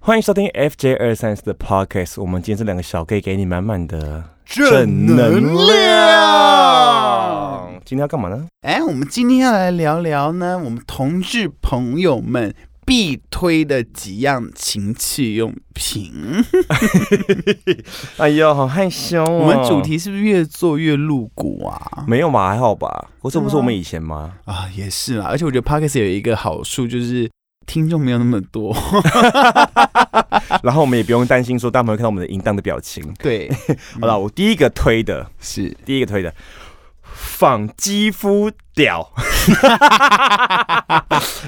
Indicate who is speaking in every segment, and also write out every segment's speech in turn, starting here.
Speaker 1: 欢迎收听 FJ 二三四的 Podcast，我们今天这两个小 gay 给你满满的
Speaker 2: 正能量。
Speaker 1: 今天要干嘛呢？
Speaker 2: 哎，我们今天要来聊聊呢，我们同志朋友们必推的几样情趣用品。
Speaker 1: 哎呦，好害羞哦！
Speaker 2: 我们主题是不是越做越露骨啊？
Speaker 1: 没有嘛，还好吧？我这不
Speaker 2: 真
Speaker 1: 是
Speaker 2: 的
Speaker 1: 我
Speaker 2: 吗
Speaker 1: 们以前吗？
Speaker 2: 啊，也是啦。而且我觉得 podcast 有一个好处就是听众没有那么多。啊
Speaker 1: 然后我们也不用担心说大家有没有看到我们的淫荡的表情。
Speaker 2: 对，
Speaker 1: 好了，我第一个推的，
Speaker 2: 是
Speaker 1: 第一个推的，仿肌肤 屌。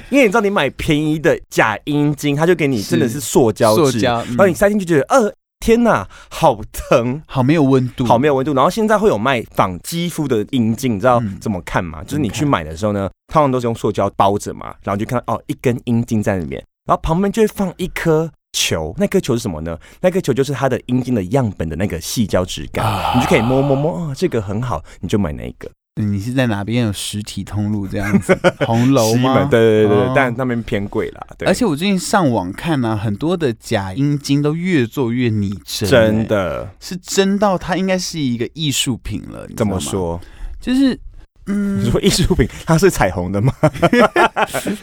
Speaker 1: 因为你知道，你买便宜的假阴茎，它就给你真的是
Speaker 2: 是
Speaker 1: 塑胶
Speaker 2: 塑
Speaker 1: 质，
Speaker 2: 胶，嗯
Speaker 1: 然后你塞进去觉得，呃，天哪，好疼，
Speaker 2: 好没有温度，
Speaker 1: 好没有温度。然后现在会有卖仿肌肤的阴茎，你知道
Speaker 2: 嗯
Speaker 1: 怎么看吗？就是
Speaker 2: 怎么
Speaker 1: 你
Speaker 2: 看
Speaker 1: 去买的时候呢，通常都是用塑胶包着嘛，然后你就看到哦，一根阴茎在里面，然后旁边就会放一颗。球，那颗球是什么呢？那颗球就是它的阴茎的样本的那个细胶质感，
Speaker 2: 啊
Speaker 1: 你就可以摸摸摸，哦，这个很好，你就买那一个。
Speaker 2: 你是在哪边有实体通路这样 子？红楼
Speaker 1: 西
Speaker 2: 吗哎
Speaker 1: 门？对对对对，
Speaker 2: 哦
Speaker 1: 但那边偏贵啦。对，
Speaker 2: 而且我最近上网看呢、很多的假阴茎都越做越拟真、欸
Speaker 1: 真，的
Speaker 2: 是真到它应该是一个艺术品了。你知道
Speaker 1: 怎
Speaker 2: 吗
Speaker 1: 么？说？
Speaker 2: 就是，
Speaker 1: 你
Speaker 2: 嗯，
Speaker 1: 说艺术品它是彩虹的吗？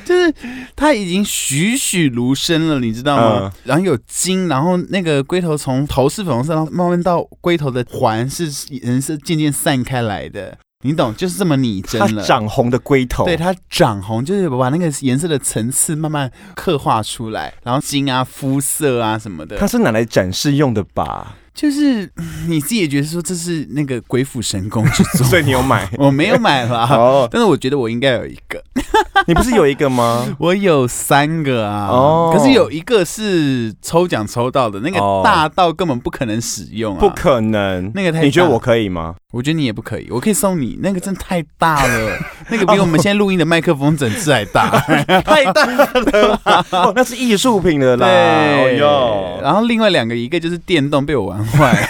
Speaker 2: 就是它已经栩栩如生了，你知道吗？
Speaker 1: 嗯
Speaker 2: 然后有茎，然后那个龟头从头是粉红色，然后慢慢到龟头的环是人是渐渐散开来的，你懂？就是这么拟真
Speaker 1: 它
Speaker 2: 了。
Speaker 1: 涨红的龟头，
Speaker 2: 对，它涨红，就是把那个颜色的层次慢慢刻画出来，然后茎啊、肤色啊什么的，
Speaker 1: 它是拿来展示用的吧？
Speaker 2: 就是 嗯你自己也觉得说这是那个鬼斧神工之 作，
Speaker 1: 所以你有买
Speaker 2: 我没有买啦，
Speaker 1: 哦？
Speaker 2: 但是我觉得我应该有一个，
Speaker 1: 你不是有一个 吗？
Speaker 2: 我有三个啊，
Speaker 1: 哦
Speaker 2: 可是有一个是抽奖抽到的，那个
Speaker 1: 哦
Speaker 2: 大到根本不可能使用啊，
Speaker 1: 不可能，
Speaker 2: 那个太大
Speaker 1: 你觉得我可以吗？
Speaker 2: 我觉得你也不可以，我可以送你，那个真的太 大了，那个比我们现在录音的麦克风整只还大，
Speaker 1: 太大了啦， 哦，那是艺术品的啦。哎
Speaker 2: 对，
Speaker 1: 呦，
Speaker 2: 然后另外两个一个就是电动被我玩坏，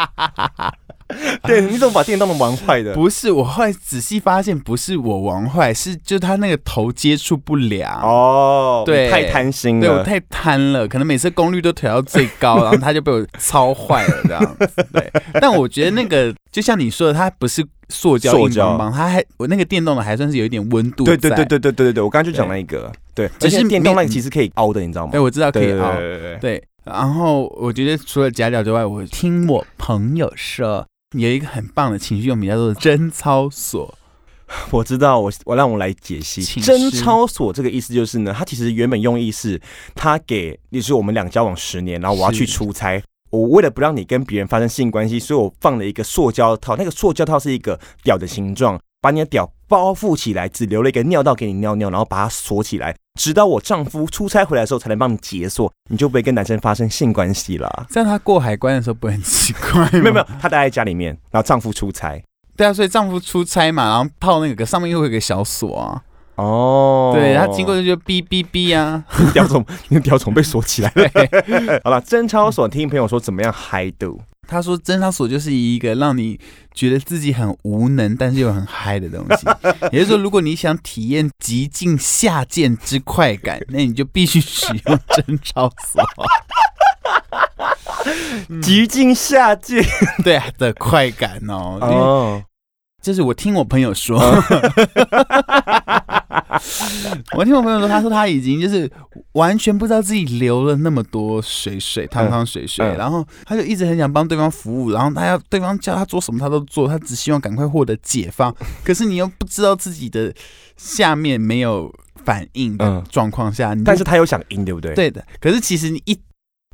Speaker 1: 对，你怎么把电动的玩坏的？
Speaker 2: 不是，我后来仔细发现，不是我玩坏，是就他那个头接触不良。
Speaker 1: 哦，
Speaker 2: 对
Speaker 1: 你太贪心
Speaker 2: 对我
Speaker 1: 了。
Speaker 2: 太贪了，可能每次功率都调到最高，然后他就被我操坏了这样子。 对，但我觉得那个就像你说的，它不是塑胶
Speaker 1: 塑
Speaker 2: 硬
Speaker 1: 胶
Speaker 2: 邦邦，它还我那个电动的还算是有一点温度。
Speaker 1: 对对对。对对对对，我刚刚就讲那一个，对，而
Speaker 2: 只是
Speaker 1: 且电动那
Speaker 2: 没
Speaker 1: 个其实可以凹的，你哎知道吗
Speaker 2: 对，？我知道可以熬。
Speaker 1: 对对对，
Speaker 2: 对，然后我觉得除了假屌之外，我听我朋友说有一个很棒的情绪用品叫做贞操锁，
Speaker 1: 我知道，我我让我来解析
Speaker 2: 请
Speaker 1: 贞
Speaker 2: 示
Speaker 1: 操锁这个意思就是呢，它其实原本用意是，它给，也就是我们俩交往十年，然后我要去
Speaker 2: 是
Speaker 1: 出差，我为了不让你跟别人发生性关系，所以我放了一个塑胶套，那个塑胶套是一个屌的形状，把你的屌包覆起来，只留了一个尿道给你尿尿，然后把它锁起来，直到我丈夫出差回来的时候才能帮你解锁，你就不会跟男生发生性关系啦。
Speaker 2: 这样他过海关的时候不会很奇怪吗？
Speaker 1: 没有没有，她待在家里面，然后丈夫出差。
Speaker 2: 对啊，所以丈夫出差嘛，然后套那个上面又有一个小锁啊，
Speaker 1: 哦
Speaker 2: 对他经过就就哔哔哔啊，
Speaker 1: 屌虫，你的屌虫被锁起来了。
Speaker 2: 对，
Speaker 1: 好了，贞操所听朋友说怎么样嗨度？
Speaker 2: 他说贞操锁就是一个让你觉得自己很无能，但是又很嗨的东西， 也就是说，如果你想体验极尽下贱之快感，那你就必须使用贞操锁，嗯
Speaker 1: 极尽下界
Speaker 2: 对啊的快感哦，因为
Speaker 1: 哦，
Speaker 2: 这是我听我朋友说，
Speaker 1: 啊
Speaker 2: 我听我朋友说，他说他已经就是完全不知道自己流了那么多水水汤汤水水，
Speaker 1: 嗯
Speaker 2: 然后他就一直很想帮对方服务，然后他要对方叫他做什么他都做，他只希望赶快获得解 放。可是你又不知道自己的下面没有反应的
Speaker 1: 嗯
Speaker 2: 状况下，你就
Speaker 1: 但是他有想赢，对不对？，
Speaker 2: 对的。可是其实你一，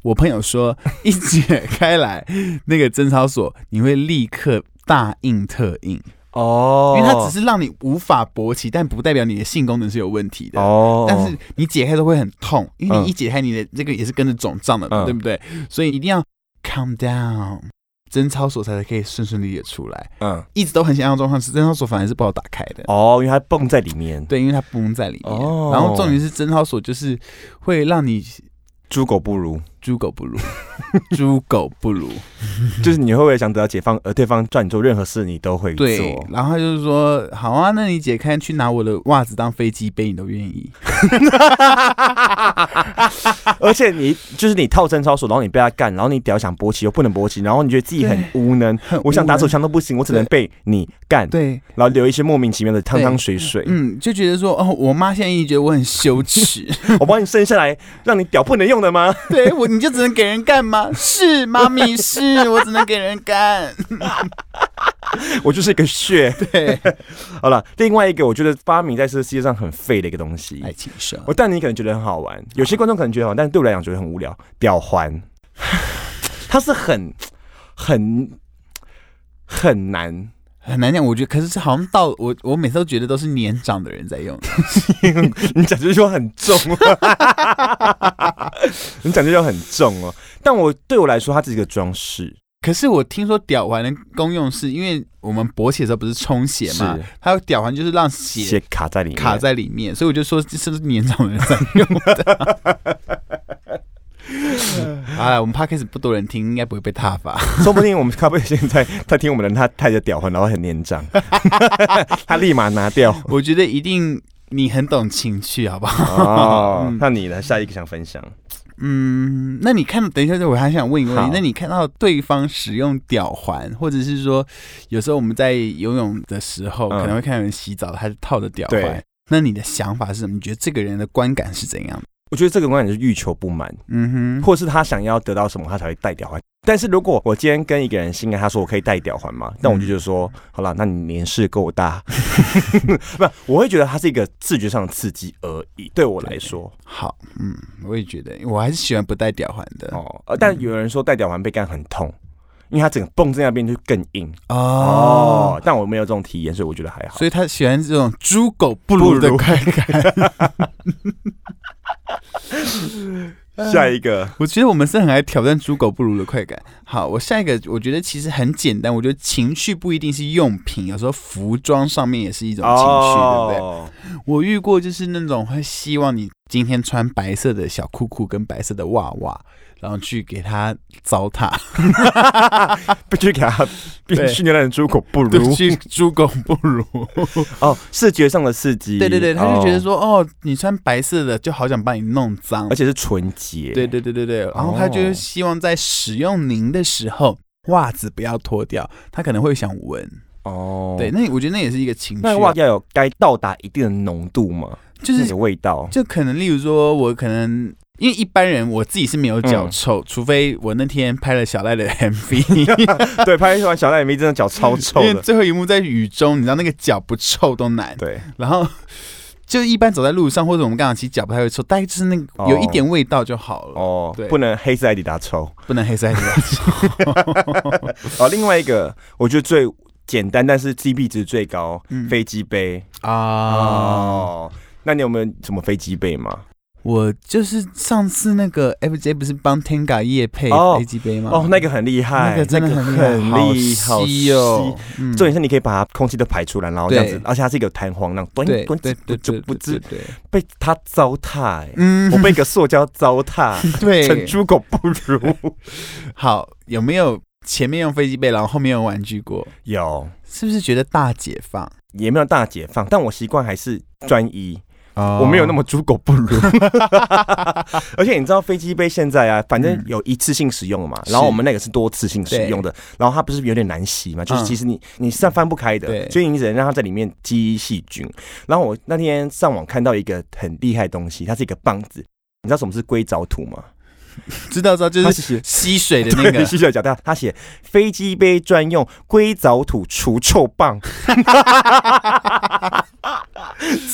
Speaker 2: 我朋友说一解开来那个贞操锁，你会立刻大硬特硬，
Speaker 1: 哦
Speaker 2: 因，为它只是让你无法勃起，但不代表你的性功能是有问题的。
Speaker 1: 哦，
Speaker 2: 但是你解开都会很痛，因为
Speaker 1: 嗯
Speaker 2: 你一解开，你的这个也是跟着肿胀的，
Speaker 1: 嗯
Speaker 2: 对不对？所以一定要 calm down，贞操锁才可以顺顺利利的出来。
Speaker 1: 嗯，
Speaker 2: 一直都很想要的状况是，贞操锁反而是不好打开的，
Speaker 1: 哦，因为他蹦在里面，
Speaker 2: 对，因为它不能在里面。
Speaker 1: 哦
Speaker 2: 然后重点是贞操锁就是会让你
Speaker 1: 猪狗不如，
Speaker 2: 猪狗 不如，猪狗不如。
Speaker 1: 就是你会为了想得到解放而对方叫你做任何事，你都会做。
Speaker 2: 对，然后他就是说，好啊，那你姐看去拿我的袜子当飞机杯，你都愿意。
Speaker 1: 而且你就是你套针操守，然后你被他干，然后你屌想勃起又不能勃起，然后你觉得自己很无能，
Speaker 2: 很
Speaker 1: 我想打手
Speaker 2: 无
Speaker 1: 枪都不行，我只能被你干，
Speaker 2: 对，
Speaker 1: 然后流一些莫名其妙的汤汤水水。
Speaker 2: 嗯，就觉得说，哦，我妈现在一定觉得我很羞耻。
Speaker 1: 我帮你生下来，让你屌不能用的吗？
Speaker 2: 对我，你就只能给人干吗？ 是，妈咪是，我只能给人干。
Speaker 1: 我就是一个血。
Speaker 2: 对，
Speaker 1: 好了，另外一个我觉得发明在这世界上很废的一个东西
Speaker 2: 爱。情生
Speaker 1: 我但你可能觉得很好玩，有些观众可能觉得好玩，但对我来讲觉得很无聊。屌环， 它是很很很难，
Speaker 2: 很难讲，我觉得，可是好像到我，我每次都觉得都是年长的 人在用。
Speaker 1: 你讲这句话很 重、哦，你讲这句话很重哦。但我对我来说，它只是一个装饰，
Speaker 2: 可是我听说屌环的功用是因为我们勃起的时候不是充血嘛
Speaker 1: 是，
Speaker 2: 还有屌环就是让血
Speaker 1: 写卡在里面，
Speaker 2: 卡在里面，所以我就说这是不是年长人在用的？ 好了，我们 podcast 不多人听，应该不会被踏伐。
Speaker 1: 说不定我们咖啡现在在听我们的人，他带着屌环，然后很年长， 他立马拿 掉。
Speaker 2: 我觉得一定你很懂情趣，好不好？
Speaker 1: 哦
Speaker 2: 嗯，
Speaker 1: 那你呢？下一个想分享，
Speaker 2: 嗯，那你看，等一下，我还想问一个问
Speaker 1: 好
Speaker 2: 题，那你看到对方使用吊环，或者是说，有时候我们在游泳的时候，
Speaker 1: 嗯
Speaker 2: 可能会看到有人洗澡，他是套着吊环
Speaker 1: 对。
Speaker 2: 那你的想法是什么？你觉得这个人的观感是怎样的？
Speaker 1: 我觉得这个观点是欲求不满，
Speaker 2: 嗯哼，
Speaker 1: 或是他想要得到什么，他才会戴吊环。但是如果我今天跟一个人性爱，他说我可以戴吊环嘛，那我
Speaker 2: 嗯
Speaker 1: 就觉得说，好了，那你年事够大， 不，我会觉得它是一个视觉上的刺激而已。对我来说，
Speaker 2: 好，嗯，我也觉得，我还是喜欢不戴吊环的。
Speaker 1: 哦，呃但
Speaker 2: 嗯
Speaker 1: 有人说戴吊环被干很痛，因为它整个蹦在那边就更硬
Speaker 2: 哦
Speaker 1: 哦。但我没有这种体验，所以我觉得还好。
Speaker 2: 所以他喜欢这种猪狗不如的快感。哎
Speaker 1: 下一个，
Speaker 2: 我觉得我们是很爱挑战猪狗不如的快感。好，我下一个我觉得其实很简单，我觉得情趣不一定是用品，有时候服装上面也是一种情趣，对不
Speaker 1: 哦
Speaker 2: 对？我遇过就是那种会希望你今天穿白色的小裤裤跟白色的袜袜，然后去给他糟蹋，
Speaker 1: 必须给他必
Speaker 2: 对
Speaker 1: 须牛奶的猪口不
Speaker 2: 对，
Speaker 1: 如
Speaker 2: 去猪狗不如。
Speaker 1: 哦，视觉上的刺激，
Speaker 2: 对对对，他就觉得
Speaker 1: 哦，
Speaker 2: 说哦，你穿白色的就好想把你弄脏
Speaker 1: 而，且是纯洁，
Speaker 2: 对对对对对，然后他就是希望在使用您的时候，袜子不要脱掉，他可能会想闻。
Speaker 1: 哦，
Speaker 2: 对，。那我觉得那也是一个情绪啊，
Speaker 1: 那袜要有该到达一定的浓度嘛，
Speaker 2: 就
Speaker 1: 那
Speaker 2: 是
Speaker 1: 个味道，
Speaker 2: 就可能，例如说，我可能因为一般人我自己是没有
Speaker 1: 嗯
Speaker 2: 脚臭，除非我那天拍了小赖的 MV，
Speaker 1: 对，拍完小赖迷真的脚超臭
Speaker 2: 因为
Speaker 1: 的，
Speaker 2: 最后一幕在雨中，你知道那个脚不臭都难。
Speaker 1: 对，
Speaker 2: 然后就一般走在路上，或者我们刚刚其实脚不太会臭，大概就是那个
Speaker 1: 哦
Speaker 2: 有一点味道就好了，
Speaker 1: 哦
Speaker 2: 对，
Speaker 1: 不能黑色艾迪达臭。
Speaker 2: 不能黑塞子。
Speaker 1: 哦，另外一个我觉得最简单，但是 CP 值最高，
Speaker 2: 嗯
Speaker 1: 飞机杯
Speaker 2: 啊。
Speaker 1: 哦。那你有没有什么飞机杯吗？
Speaker 2: 我就是上次那个 FJ 不是帮 Tenga 叶配
Speaker 1: 哦
Speaker 2: 飞机杯吗？
Speaker 1: 哦，那个很厉害，
Speaker 2: 啊那个真的很
Speaker 1: 那个很
Speaker 2: 厉
Speaker 1: 厉
Speaker 2: 害，
Speaker 1: 害，好
Speaker 2: 稀哦。嗯
Speaker 1: 重点是你可以把它空气都排出来，然后这样子
Speaker 2: 对，
Speaker 1: 而且它是一个弹簧，那种咚
Speaker 2: 对
Speaker 1: 咚
Speaker 2: 对对
Speaker 1: 就
Speaker 2: 对
Speaker 1: 不
Speaker 2: 对
Speaker 1: 知
Speaker 2: 对，对
Speaker 1: 被它糟蹋、欸，
Speaker 2: 嗯
Speaker 1: 我被一个塑胶糟蹋， 成
Speaker 2: 对
Speaker 1: 猪狗不如。
Speaker 2: 好，有没有前面用飞机杯，然后后面用玩具过？
Speaker 1: 有
Speaker 2: 是不是觉得大解放？
Speaker 1: 也没有大解放，但我习惯还是专一，
Speaker 2: 我
Speaker 1: 我没有那么猪狗不如。哦 而且你知道飞机杯现在啊，反正有一次性使用嘛，
Speaker 2: 是
Speaker 1: 然后我们那个是多次性使用的，然后它嗯不是有点难洗嘛，就是
Speaker 2: 嗯
Speaker 1: 其实你你是翻不开
Speaker 2: 对
Speaker 1: 的，所以你只能让它在里面积细菌。然后我那天上网看到一个很厉害的东西，它是一个棒子。你知道什么是硅藻土吗？
Speaker 2: 哦知道知道，就
Speaker 1: 它
Speaker 2: 是
Speaker 1: 是写
Speaker 2: 吸水的那
Speaker 1: 对，
Speaker 2: 个。
Speaker 1: 洗手脚它它写飞机杯专用硅藻土除臭 棒，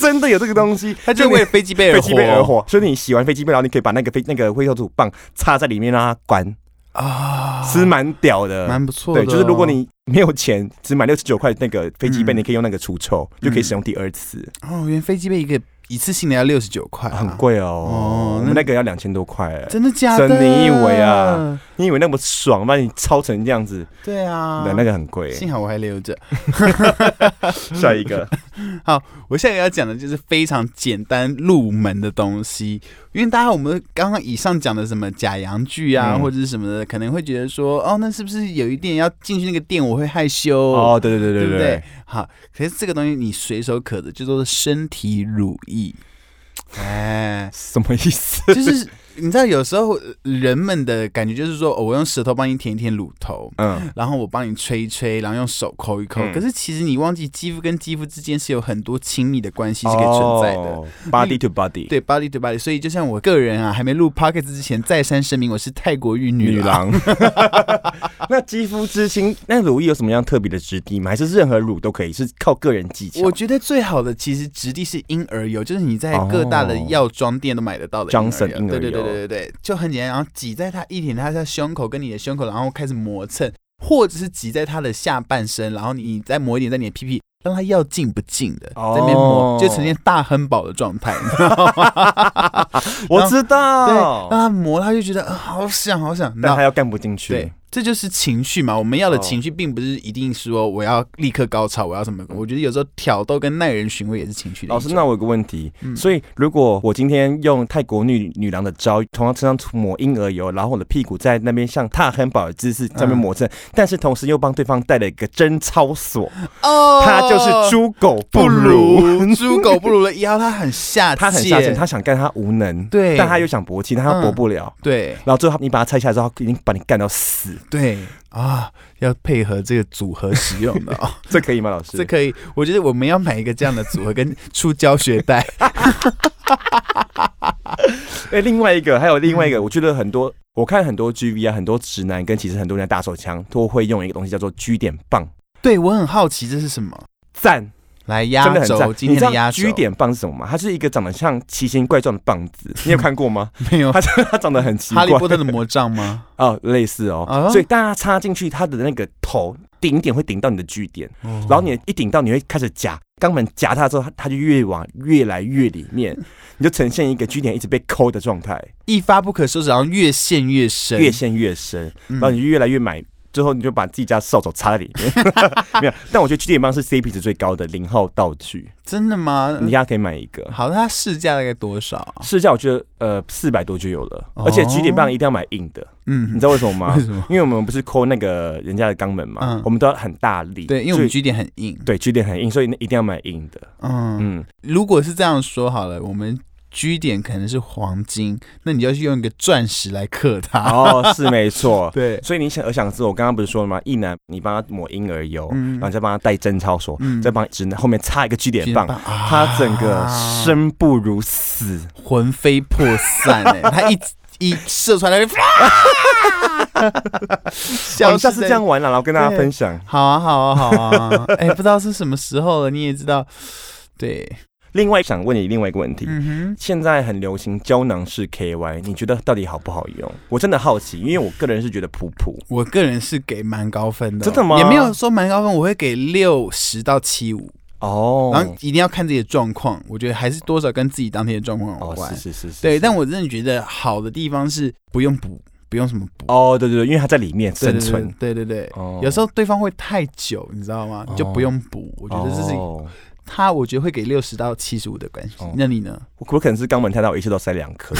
Speaker 1: 真的有这个东西，
Speaker 2: 它就为飞机杯
Speaker 1: 飞
Speaker 2: 而
Speaker 1: 机杯而
Speaker 2: 活
Speaker 1: 活，所以你洗完飞机杯，然后你可以把那个飞那个灰头土棒插在里面让它关，
Speaker 2: 啊，
Speaker 1: 是蛮屌的，
Speaker 2: 蛮不错的
Speaker 1: 对，
Speaker 2: 哦。
Speaker 1: 就是如果你没有钱，只买六十九块那个飞机杯，
Speaker 2: 嗯
Speaker 1: 你可以用那个除臭，就可以使用第二次，
Speaker 2: 哦，原来飞机杯一个一次性的要六十九块，
Speaker 1: 很。贵哦
Speaker 2: 哦，
Speaker 1: 我们那个要两千多块欸，
Speaker 2: 真的假的？
Speaker 1: 真你以为啊？你以为那么爽，把你抄成这样子，
Speaker 2: 对啊，
Speaker 1: 对，那个很贵。
Speaker 2: 幸好我还留着。
Speaker 1: 下一个
Speaker 2: 好，我现在要讲的就是非常简单入门的东西，因为大家我们刚刚以上讲的什么假洋剧啊，
Speaker 1: 嗯
Speaker 2: 或者是什么的，可能会觉得说，哦，那是不是有一点要进去那个店我会害羞？
Speaker 1: 哦，对对对
Speaker 2: 不
Speaker 1: 对
Speaker 2: 对？好，可是这个东西你随手可得，就叫做身体乳 液。哎，
Speaker 1: 什么意 思？
Speaker 2: 就是你知道，有时候呃人们的感觉就是说，哦、我用舌头帮你舔一舔乳头，
Speaker 1: 嗯，
Speaker 2: 然后我帮你吹一吹，然后用手抠一抠。
Speaker 1: 嗯
Speaker 2: 可是其实你忘记，肌肤跟肌肤之间是有很多亲密的关系是可以存在的。
Speaker 1: 哦 body to body，
Speaker 2: 对，body to body，所以就像我个人啊，还没录 p o c k e t 之前，再三声明，我是泰国玉女
Speaker 1: 女
Speaker 2: 郎。
Speaker 1: 郎。那肌肤之亲，那乳液有什么样特别的质地吗？还是任何乳都可以？是靠个人技巧
Speaker 2: 我？觉得最好的其实质地是婴儿油，就是你在各大的
Speaker 1: 哦
Speaker 2: 药妆店都买得到的
Speaker 1: Johnson 婴儿
Speaker 2: 对对对
Speaker 1: 油
Speaker 2: 对对对，就很简单，然后挤在它一点它在胸口跟你的胸口，然后开始磨蹭，或者是挤在它的下半身，然后你再磨一点在你的屁屁，让它要进不进的，
Speaker 1: 哦
Speaker 2: 在那边磨就呈现大亨堡的状态，你知道吗？
Speaker 1: 我知
Speaker 2: 对，
Speaker 1: 道
Speaker 2: 让，它磨，它就觉得、呃好想好想，
Speaker 1: 哦但
Speaker 2: 那
Speaker 1: 他要干不进
Speaker 2: 对
Speaker 1: 去。。
Speaker 2: 这就是情绪嘛，我们要的
Speaker 1: 哦
Speaker 2: 情绪并不是一定说我要立刻高潮，我要什么？我觉得有时候挑逗跟耐人寻味也是情绪的一
Speaker 1: 老
Speaker 2: 种。
Speaker 1: 师，那我有个问题，
Speaker 2: 嗯
Speaker 1: 所以如果我今天用泰国女女郎的招，同样身上抹婴儿油，然后我的屁股在那边像踏汉堡的姿势上面抹蹭，但是同时又帮对方带了一个贞操锁，
Speaker 2: 哦
Speaker 1: 他就是猪狗不如，，
Speaker 2: 猪狗不如了。然后他很下
Speaker 1: 他很下贱，他想干他无能，
Speaker 2: 对
Speaker 1: 但他又想勃起，但他
Speaker 2: 嗯
Speaker 1: 勃不了。
Speaker 2: 对
Speaker 1: 然后最后你把它拆下来之后，他已经把你干到死，
Speaker 2: 对啊，要配合这个组合使用 的哦，
Speaker 1: 这可以吗，老师？
Speaker 2: 这可以。我觉得我们要买一个这样的组合，跟出教学 带。
Speaker 1: 哎、另外一个还有另外一个，我觉得很多我看很多 G V 啊，很多直男跟其实很多人在打手枪都会用一个东西叫做 G 点棒，
Speaker 2: 对我很好奇这是什么？
Speaker 1: 赞，
Speaker 2: 来
Speaker 1: 真的
Speaker 2: 压
Speaker 1: 很
Speaker 2: 轴，
Speaker 1: 赞。
Speaker 2: 今
Speaker 1: 你
Speaker 2: 天
Speaker 1: 知
Speaker 2: 的压
Speaker 1: 道
Speaker 2: 轴
Speaker 1: G 点棒是什么吗？它是一个长得像奇形怪状的棒 子，你有看过吗？
Speaker 2: 没 有
Speaker 1: 它它长得很奇怪，
Speaker 2: 哈利 波特的魔杖吗？
Speaker 1: 哦，类似哦，
Speaker 2: 啊
Speaker 1: 所以大家插进去，它的那个头顶点会顶到你的 G 点，
Speaker 2: 然
Speaker 1: 然后你一顶到，你会开始夹肛门，夹它之后，它它就越往越来越里面， 你就呈现一个 G 点一直被抠的状态，
Speaker 2: 一发不可收拾，然后越陷越深，
Speaker 1: 越陷越深，
Speaker 2: 嗯
Speaker 1: 然后你就越来越买。最后你就把自己家扫帚插在里 面，没有。但我觉得 G 点棒是 CP 值最高的零号道具，
Speaker 2: 真的吗？
Speaker 1: 你家可以买一个。
Speaker 2: 好，那它市价大概多少啊？
Speaker 1: 试驾我觉得呃四百多就有了，
Speaker 2: 哦
Speaker 1: 而且 G 点棒一定要买硬的，你
Speaker 2: 嗯
Speaker 1: 知，道为什么吗
Speaker 2: 为？什么？
Speaker 1: 因为我们不是抠那个人家的肛门嘛
Speaker 2: 嗯，
Speaker 1: 我们都要很大力。
Speaker 2: 对，因为我
Speaker 1: 所
Speaker 2: 们
Speaker 1: 以
Speaker 2: 据点很硬。
Speaker 1: 对 G 点很硬，所以一定要买硬的。
Speaker 2: 嗯，
Speaker 1: 嗯，
Speaker 2: 如果是这样说好了，我们 G 点可能是黄金，那你就要去用一个钻石来克它。。
Speaker 1: 哦，是没错
Speaker 2: 对，
Speaker 1: 所以你想而想知，我刚刚不是说了吗？一男你帮他抹婴儿油，
Speaker 2: 嗯
Speaker 1: 然后再帮他戴贞操锁，
Speaker 2: 嗯
Speaker 1: 再帮直男后面插一个 G 点
Speaker 2: 巨
Speaker 1: 棒，
Speaker 2: 啊
Speaker 1: 他整个生不如死。
Speaker 2: 魂飞魄散哎、他一一射出来，他就 哦
Speaker 1: 我
Speaker 2: 消
Speaker 1: 们
Speaker 2: 失
Speaker 1: 下次
Speaker 2: 在
Speaker 1: 这样玩了，然后跟大家分享。
Speaker 2: 好啊，好啊，好啊！ 哎、不知道是什么时候了，你也知道，对，
Speaker 1: 另外想问你另外一个问题。
Speaker 2: 嗯
Speaker 1: 现在很流行胶囊式 KY，你觉得到底好不好用？我真的好奇，因为我个人是觉得普普。
Speaker 2: 我个人是给蛮高分的哦、
Speaker 1: 真的吗
Speaker 2: 也没有说蛮高分，我会给六十到七五，
Speaker 1: 哦，
Speaker 2: 然后一定要看自己的状况，我觉得还是多少跟自己当天的状况有
Speaker 1: 哦，
Speaker 2: 关。
Speaker 1: 是是是是，
Speaker 2: 对，
Speaker 1: 是
Speaker 2: 但我真的觉得好的地方是不用补，不用什么补
Speaker 1: 哦，对对对，因为它在里面
Speaker 2: 对
Speaker 1: 生存，
Speaker 2: 对对对对。
Speaker 1: 哦
Speaker 2: 有时候对方会太久，你知道吗？就不用补。我觉得这是
Speaker 1: 哦
Speaker 2: 他，我觉得会给六十到七十五的关系
Speaker 1: 哦。
Speaker 2: 那你呢？
Speaker 1: 我我可能是肛门太大，我一次都塞两颗。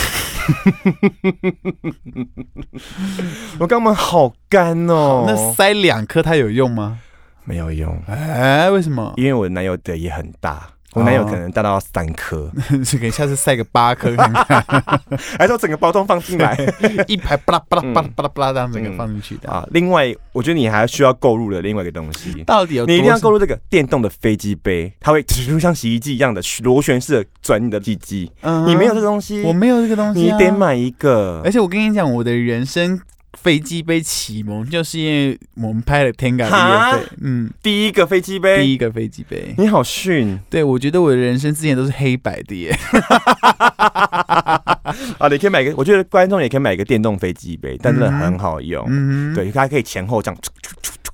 Speaker 1: 我肛门好干哦，
Speaker 2: 那塞两颗它有用吗？
Speaker 1: 没有用，
Speaker 2: 哎，为什 么？
Speaker 1: 因为我男友的也很大。我男友
Speaker 2: 哦
Speaker 1: 可能大到三颗，
Speaker 2: 这个下次塞个八颗看看，
Speaker 1: 还是我整个包装放进来
Speaker 2: 一排 巴拉巴拉
Speaker 1: 嗯
Speaker 2: 巴拉巴拉巴拉，这样整个放进去的。
Speaker 1: 啊？另外，我觉得你还需要购入的另外一个东西，
Speaker 2: 到底有
Speaker 1: 你一定
Speaker 2: 多
Speaker 1: 要
Speaker 2: 少
Speaker 1: 购入这个电动的飞机杯，它会就像洗衣机一样的螺旋式的转你的鸡鸡。
Speaker 2: 嗯
Speaker 1: 你没有这东西，
Speaker 2: 我没有这个哎东
Speaker 1: 你
Speaker 2: 西啊，
Speaker 1: 得买一个
Speaker 2: 而。且我跟你讲，我的人生飞机杯启蒙就是因为我们拍了《天港
Speaker 1: 哈哎
Speaker 2: 毕业费》，嗯，
Speaker 1: 第一个飞机杯，
Speaker 2: 第一个飞机杯。
Speaker 1: 你好逊
Speaker 2: 对，我觉得我的人生之前都是黑白的耶。
Speaker 1: 啊！你可以买一个，我觉得观众也可以买一个电动飞机杯，但真的很好用。
Speaker 2: 嗯，，
Speaker 1: 哦对，它可以前后这样，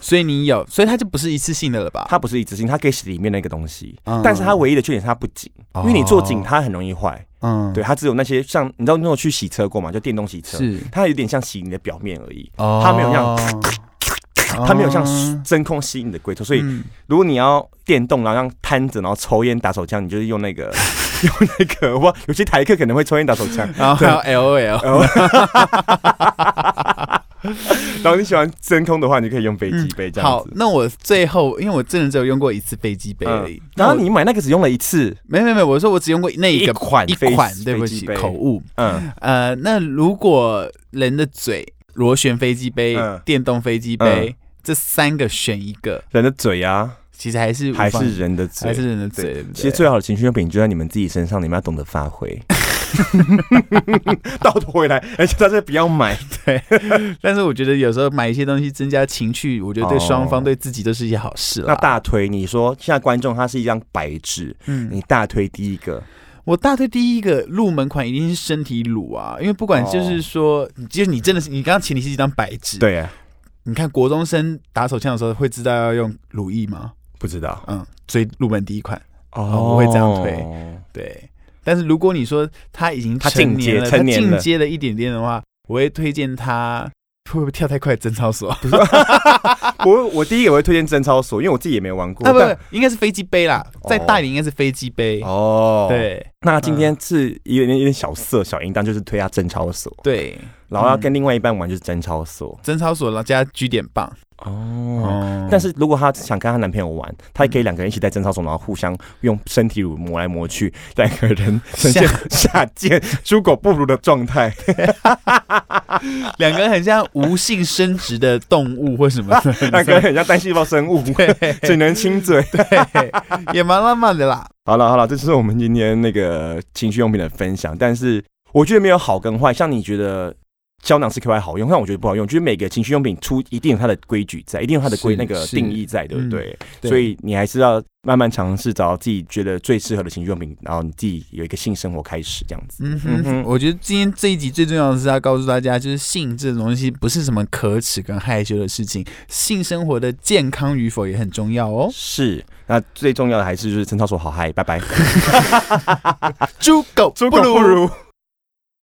Speaker 2: 所以你有，所以它就不是一次性的了吧？
Speaker 1: 它不是一直性，它可以洗里面那个东西。
Speaker 2: 嗯
Speaker 1: 但是它唯一的缺点是它不紧，因为你做紧，，
Speaker 2: 哦
Speaker 1: 它很容易坏。
Speaker 2: 嗯，
Speaker 1: 对，，它只有那些像你知道那种去洗车过嘛，就电动洗车，
Speaker 2: 是，
Speaker 1: 它有点像洗你的表面而已。
Speaker 2: 哦
Speaker 1: 它没有那样
Speaker 2: 样，
Speaker 1: 它没有像真空吸引的龟头，所以
Speaker 2: 嗯
Speaker 1: 如果你要电动，然后让摊着，然后抽烟打手枪，你就是用那 个用那个，哇，有些台客可能会抽烟打手枪，
Speaker 2: 然后哦 还有 L O L，
Speaker 1: 然后你喜欢真空的话，你就可以用飞机杯这样
Speaker 2: 嗯好
Speaker 1: 子，。
Speaker 2: 那我最后，因为我真的只有用过一次飞机杯而已
Speaker 1: 嗯。然后
Speaker 2: 那我
Speaker 1: 你买那个只用了一次，
Speaker 2: 没没没，我说我只用过那一
Speaker 1: 一
Speaker 2: 个
Speaker 1: 款
Speaker 2: 一
Speaker 1: 飞
Speaker 2: 款，对不
Speaker 1: 飞
Speaker 2: 起，
Speaker 1: 机杯
Speaker 2: 口误。
Speaker 1: 嗯，
Speaker 2: 呃，那如果人的嘴、螺旋飞机杯、
Speaker 1: 嗯
Speaker 2: 电动飞机杯、这三个选一个，
Speaker 1: 人的嘴啊，
Speaker 2: 其实还是无
Speaker 1: 还
Speaker 2: 妨
Speaker 1: 是人的嘴，
Speaker 2: 还是人的嘴，对不对
Speaker 1: 其实最好的情趣用品就在你们自己身上，你们要懂得发挥。 倒退回来，而且大家不要 买。
Speaker 2: 但是我觉得有时候买一些东西增加情趣，我觉得对双方、
Speaker 1: 哦
Speaker 2: 对自己都是一件好事
Speaker 1: 那
Speaker 2: 了。
Speaker 1: 大推，你说现在观众他是一张白纸，
Speaker 2: 嗯，
Speaker 1: 你大推第一个，
Speaker 2: 我大推第一个入门款一定是身体乳啊，因为不管
Speaker 1: 哦
Speaker 2: 就是说，就是你真的是你刚刚前提是一张白纸，，
Speaker 1: 对啊，
Speaker 2: 你看国中生打手枪的时候会知道要用乳液吗？
Speaker 1: 不知道
Speaker 2: 嗯，所以入门第一款，
Speaker 1: 哦
Speaker 2: 我会这样推。 对。但是如果你说他已经
Speaker 1: 他
Speaker 2: 成
Speaker 1: 进阶
Speaker 2: 年了，他
Speaker 1: 成年
Speaker 2: 进
Speaker 1: 了
Speaker 2: 阶了一点点的话，我会推荐他。会不会跳太快？贞操所啊，
Speaker 1: 我我第一个我会推荐贞操锁，因为我自己也没玩过。
Speaker 2: 啊不不
Speaker 1: 但，
Speaker 2: 应该是飞机杯啦，再大一点应该是飞机杯。
Speaker 1: 哦，，
Speaker 2: 对
Speaker 1: 那今天是有点有点小色小淫荡，就是推下贞操锁，
Speaker 2: 对，
Speaker 1: 然后要跟另外一半玩就是贞操锁。
Speaker 2: 贞操所然后加居点棒。
Speaker 1: 哦，
Speaker 2: 哦，
Speaker 1: 但是如果她想跟她男朋友玩，她也可以两个人一起在贞操中，然后互相用身体乳磨来磨去，两个人呈现下贱、猪狗不如的状 态。
Speaker 2: 两个很像无性生殖的动物或什么的，
Speaker 1: 两个人很像单细胞生 物，只能亲嘴。
Speaker 2: 对，也蛮浪漫的啦。
Speaker 1: 好了好了，这就是我们今天那个情趣用品的分享。但是我觉得没有好跟坏，像你觉得胶囊 CQY 好用，但我觉得不好用。就是每个情趣用品出一定有它的规矩在，一定有它的规
Speaker 2: 是
Speaker 1: 那个
Speaker 2: 是
Speaker 1: 定义在，对不对？
Speaker 2: 对
Speaker 1: 所以你还是要慢慢尝试，找到自己觉得最适合的情趣用品，然后你自己有一个性生活开始这样子。
Speaker 2: 嗯哼，
Speaker 1: 嗯哼
Speaker 2: 我觉得今天这一集最重要的是要告诉大家，就是性这种东西不是什么可耻跟害羞的事情，性生活的健康与否也很重要哦。
Speaker 1: 是，那最重要的还是就是贞操所好嗨，拜拜。
Speaker 2: 猪狗
Speaker 1: 不如。